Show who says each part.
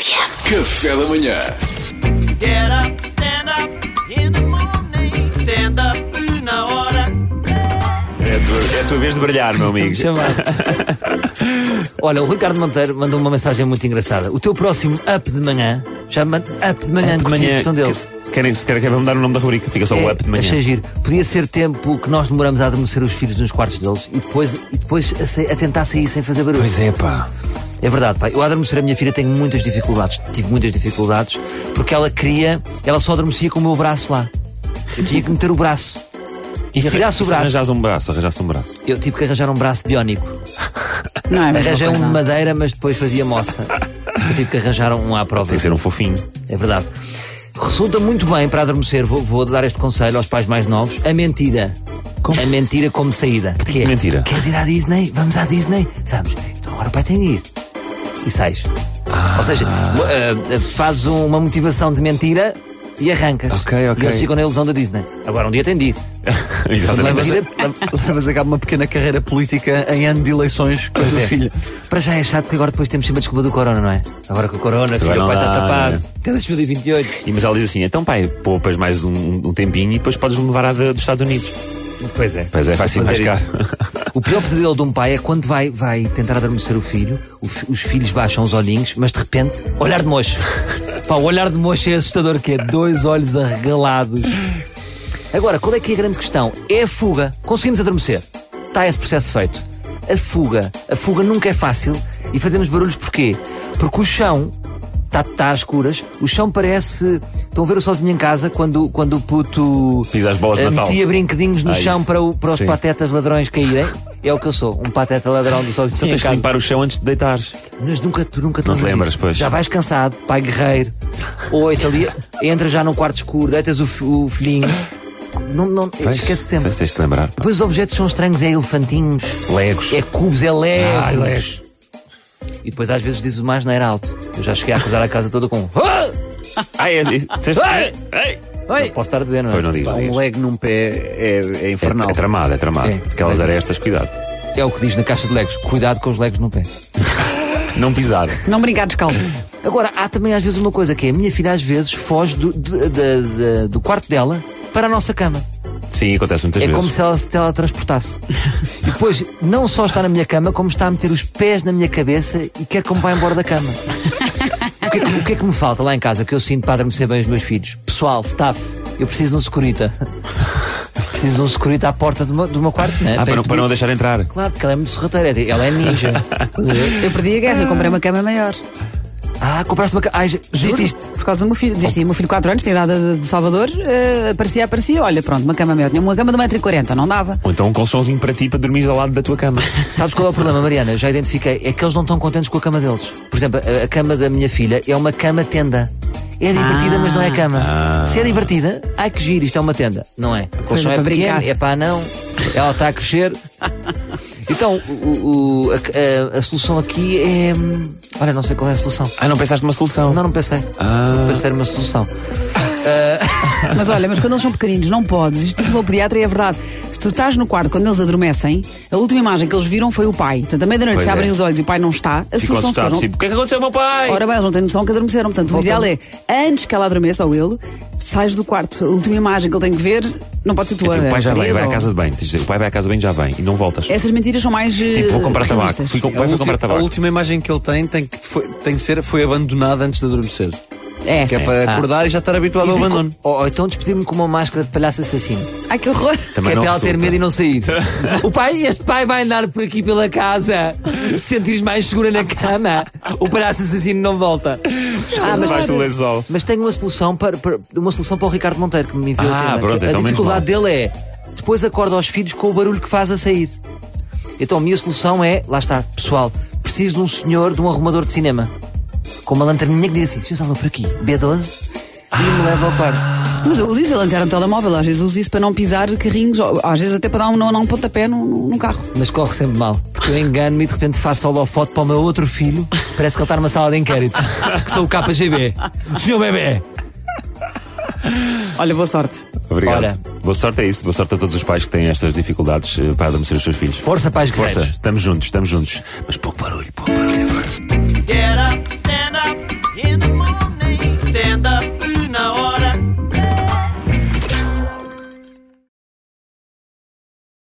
Speaker 1: Café da manhã.
Speaker 2: Get up, stand up in the morning. Stand up na hora.
Speaker 3: É a tua, é a tua vez de brilhar, meu amigo.
Speaker 4: Chamar. Olha, o Ricardo Monteiro mandou uma mensagem muito engraçada. O teu próximo up de manhã, chama up de manhã, curti a expressão dele. É,
Speaker 3: que se- Querem, se querem, querem mudar o nome da rubrica, fica só o up de manhã.
Speaker 4: Achei giro. Podia ser tempo que nós demoramos a adormecer os filhos nos quartos deles e depois, e depois a, sa- a tentar sair sem fazer barulho.
Speaker 5: Pois é, pá.
Speaker 4: É verdade, pai. Eu a adormecer a minha filha tenho muitas dificuldades. Tive muitas dificuldades porque ela queria, ela só adormecia com o meu braço lá. Eu tinha que meter o braço. E se tirasse o
Speaker 3: Se
Speaker 4: braço,
Speaker 3: Arranjas um braço, arranjas um braço.
Speaker 4: eu tive que arranjar um braço biónico.
Speaker 6: Não é a mesma
Speaker 4: Arranjei um
Speaker 6: coisa.
Speaker 4: de madeira, mas depois fazia moça. Eu tive que arranjar um à prova.
Speaker 3: Tem que ser um fofinho.
Speaker 4: É verdade. Resulta muito bem para adormecer, vou, vou dar este conselho aos pais mais novos: a mentira. A mentira como saída. Que é,
Speaker 3: mentira?
Speaker 4: Queres ir à Disney? Vamos à Disney? Vamos. Então agora o pai tem de ir. E sais. Ou seja, mo- ah, ah, fazes um- uma motivação de mentira e arrancas.
Speaker 5: Ok, ok.
Speaker 4: E eles ficam na ilusão da Disney. Agora um dia tem de ir.
Speaker 3: Exatamente.
Speaker 4: Levas-
Speaker 5: Levas a cabo uma pequena carreira política em ano de eleições com a tua filha.
Speaker 4: Para já é chato porque agora depois temos sempre a desculpa do Corona, não é? Agora com o Corona, filho,
Speaker 3: não
Speaker 4: o pai está
Speaker 3: dá,
Speaker 4: tapado.
Speaker 5: é?
Speaker 3: né?
Speaker 4: Até 2028.
Speaker 3: E, mas ela diz assim: então, pai, poupas mais um, um tempinho e depois podes me levar à da- dos Estados Unidos.
Speaker 4: Pois é.
Speaker 3: Pois é, vai ser mais
Speaker 4: Fazer
Speaker 3: caro.
Speaker 4: O pior pesadelo de um pai é quando vai, vai tentar adormecer o filho, o fi- os filhos baixam os olhinhos, mas de repente, olhar de mocho. Pá, o olhar de mocho é assustador, que é dois olhos arregalados. Agora, qual é que é a grande questão? É a fuga. Conseguimos adormecer. Está esse processo feito. A fuga. A fuga nunca é fácil e fazemos barulhos porquê? Porque o chão está tá às escuras, o chão parece. Estão a ver o sozinho em casa quando, quando o puto
Speaker 3: Fiz as bolas de
Speaker 4: eh,
Speaker 3: Natal.
Speaker 4: metia brinquedinhos no
Speaker 3: Ah,
Speaker 4: chão
Speaker 3: isso.
Speaker 4: para, o- para os
Speaker 3: Sim.
Speaker 4: patetas ladrões caírem. É o que eu sou, um pateta ladrão do sozinho
Speaker 3: Então
Speaker 4: em
Speaker 3: tens de
Speaker 4: casa.
Speaker 3: limpar o chão antes de deitares.
Speaker 4: Mas nunca, tu nunca te
Speaker 3: Não te lembras,
Speaker 4: disso.
Speaker 3: pois.
Speaker 4: Já vais cansado, pai guerreiro. Oito ali, entras já num quarto escuro, deitas o, fi- o filhinho. Não, não, esquece sempre.
Speaker 3: Tens de lembrar. pá.
Speaker 4: Depois os objetos são estranhos, é elefantinhos,
Speaker 3: Legos.
Speaker 4: é cubos, é legos.
Speaker 3: Ah,
Speaker 4: E depois às vezes dizes o mais não era alto. Eu já cheguei a acusar a casa toda com. "Ah!"
Speaker 3: Ah, é. isso- disseste-
Speaker 4: Ai!
Speaker 3: Ai!
Speaker 4: Não posso estar a dizer, não é?
Speaker 3: Pois não digas.
Speaker 5: Um
Speaker 3: digas.
Speaker 5: leg num pé é, é infernal.
Speaker 3: É, é tramado, é tramado. Aquelas arestas, cuidado.
Speaker 4: É o que diz na caixa de legos: cuidado com os legos no pé.
Speaker 3: Não pisar.
Speaker 6: Não brincar descalço.
Speaker 4: Agora, há também às vezes uma coisa que é a minha filha às vezes foge do, de- de- de- do quarto dela para a nossa cama.
Speaker 3: Sim, acontece muitas
Speaker 4: É
Speaker 3: vezes.
Speaker 4: como se ela se teletransportasse. e depois, não só está na minha cama, como está a meter os pés na minha cabeça e quer que me vá embora da cama. O que, é que, o que é que me falta lá em casa que eu sinto para adormecer bem os meus filhos? Pessoal, staff, eu preciso de um securita. preciso de um securita à porta do meu, do meu quarto, né?
Speaker 3: Ah, para, não- para não a deixar entrar.
Speaker 4: Claro, porque ela é muito sorrateira, é- ela é ninja.
Speaker 6: Eu perdi a guerra, eu comprei uma cama maior.
Speaker 4: ah, compraste uma. ca- Ai, já- desististe.
Speaker 6: Juro, Por causa do meu filho. Desisti. O meu filho, 4 anos, tem idade de de Salvador, eh, aparecia, aparecia. Olha, pronto, uma cama maior. Tinha uma cama de 1,40m, não dava.
Speaker 3: Ou então um colchãozinho para ti para dormir ao lado da tua cama.
Speaker 4: Sabes qual é o problema, Mariana? Eu já identifiquei. É que eles não estão contentes com a cama deles. Por exemplo, a, a cama da minha filha é uma cama tenda. É divertida, mas não é cama. Se é divertida, ai que giro, isto é uma tenda. Não é? O colchão
Speaker 6: é
Speaker 4: é
Speaker 6: para
Speaker 4: pequeno,
Speaker 6: brincar.
Speaker 4: é pá, não. Ela está a crescer. Então, o- o- a, a- a solução aqui é. hum, Olha, não sei qual é a solução.
Speaker 3: Ah, não pensaste numa solução?
Speaker 4: Não, não pensei.
Speaker 3: Ah.
Speaker 4: Não pensei numa solução.
Speaker 6: Mas olha, mas quando eles são pequeninos, não podes. Isto diz o meu pediatra e é verdade. Se tu estás no quarto quando eles adormecem, a última imagem que eles viram foi o pai. Portanto, à meia-noite
Speaker 3: Pois
Speaker 6: se
Speaker 3: é.
Speaker 6: abrem os olhos e o pai não está,
Speaker 3: Ficou
Speaker 6: assustam-se.
Speaker 3: assustado.
Speaker 6: porque eles
Speaker 3: Tipo, o que é que aconteceu, meu pai?
Speaker 6: não- Ora bem, eles não têm noção que adormeceram. Portanto, o ideal é, antes que ela adormeça ou ele, sais do quarto. A última imagem que ele tem que ver não pode ser
Speaker 3: É
Speaker 6: tua.
Speaker 3: tipo, o pai já vai,
Speaker 6: querida,
Speaker 3: vai à
Speaker 6: ou-
Speaker 3: casa de bem. Tens de dizer, o pai vai à casa de bem já vem e não voltas.
Speaker 6: Essas mentiras são mais. eh,
Speaker 3: Tipo, vou comprar tabaco.
Speaker 6: realistas.
Speaker 3: Fui com o
Speaker 5: A, tá
Speaker 3: pai foi comprar
Speaker 5: última, a
Speaker 3: tabaco.
Speaker 5: última imagem que ele tem tem que, foi, tem que ser foi abandonada antes de adormecer.
Speaker 6: É.
Speaker 5: Que é para acordar e já estar habituado ao abandono.
Speaker 4: Ou, ou então despedir-me com uma máscara de palhaço assassino.
Speaker 6: Ai, que horror.
Speaker 3: Também
Speaker 4: que
Speaker 3: não
Speaker 4: é para ela
Speaker 3: resulta.
Speaker 4: ter medo e não sair. o pai, este pai vai andar por aqui pela casa, se sentires mais segura na cama, o palhaço assassino não volta. Ah, mas,
Speaker 3: Debaixo do lençol.
Speaker 4: mas tenho uma solução para, para- uma solução para o Ricardo Monteiro que me enviou
Speaker 3: Ah,
Speaker 4: o tema.
Speaker 3: pronto,
Speaker 4: que
Speaker 3: então
Speaker 4: a
Speaker 3: menos
Speaker 4: dificuldade dele é depois acorda aos filhos com o barulho que faz a sair. Então a minha solução é, lá está, pessoal, preciso de um senhor, de um arrumador de cinema. Com uma lanterninha que diga assim, senhor Salvador, por aqui, B12, e me leva ao quarto.
Speaker 6: Mas eu uso isso, a lanterna do telemóvel, às vezes uso isso para não pisar carrinhos, ou- às vezes até para dar um, não, um pontapé num, num carro.
Speaker 4: Mas corre sempre mal, porque eu engano-me e de repente faço holofote para o meu outro filho. Parece que ele está numa sala de inquérito. Que sou o KGB. Senhor bebê!
Speaker 6: Olha, boa sorte.
Speaker 3: Obrigado.
Speaker 4: Ora.
Speaker 3: Boa sorte é isso. Boa sorte a todos os pais que têm estas dificuldades eh, para adormecer os seus filhos.
Speaker 4: Força, pais guerreiros.
Speaker 3: Força, estamos juntos, estamos juntos. Mas pouco barulho, é pouco barulho agora.